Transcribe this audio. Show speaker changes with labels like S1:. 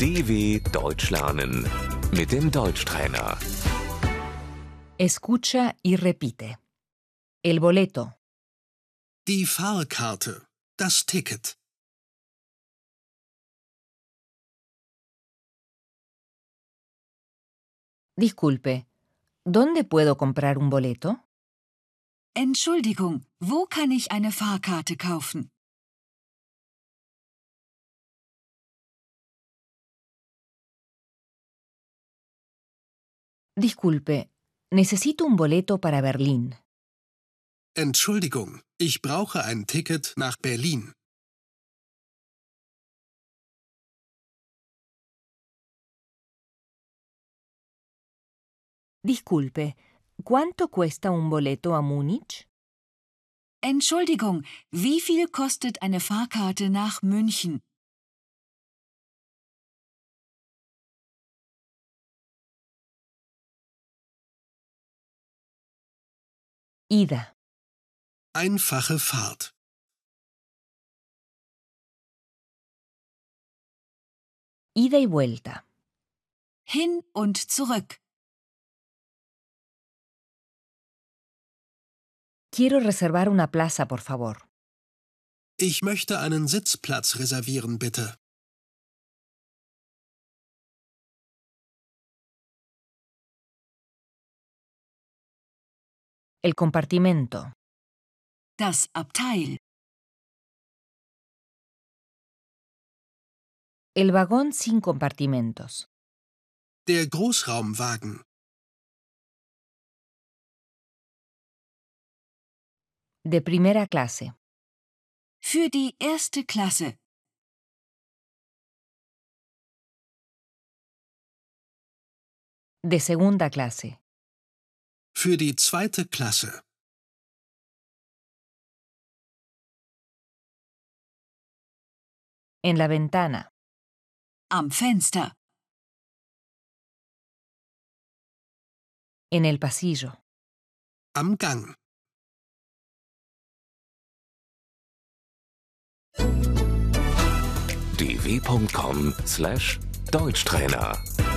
S1: DW Deutsch lernen mit dem Deutschtrainer.
S2: Escucha y repite. El boleto,
S3: Die Fahrkarte. Das Ticket.
S2: disculpe, ¿dónde puedo comprar un boleto?
S4: Entschuldigung, wo kann ich eine Fahrkarte kaufen?
S2: Disculpe, necesito un boleto para Berlín.
S3: Entschuldigung, ich brauche ein Ticket nach Berlin.
S2: Disculpe, ¿cuánto cuesta un boleto a Múnich?
S4: Entschuldigung, wie viel kostet eine Fahrkarte nach München?
S2: Ida.
S3: Einfache Fahrt.
S2: Ida y vuelta.
S4: Hin und zurück.
S2: Quiero reservar una plaza, por favor.
S3: Ich möchte einen Sitzplatz reservieren, bitte.
S2: El compartimento.
S4: Das Abteil.
S2: El vagón sin compartimentos.
S3: Der Großraumwagen.
S2: De primera clase.
S4: Für die erste Klasse.
S2: De segunda clase.
S3: Für die zweite Klasse.
S2: En la ventana.
S4: Am Fenster.
S2: En el pasillo.
S3: Am Gang.
S1: dw.com/deutschtrainer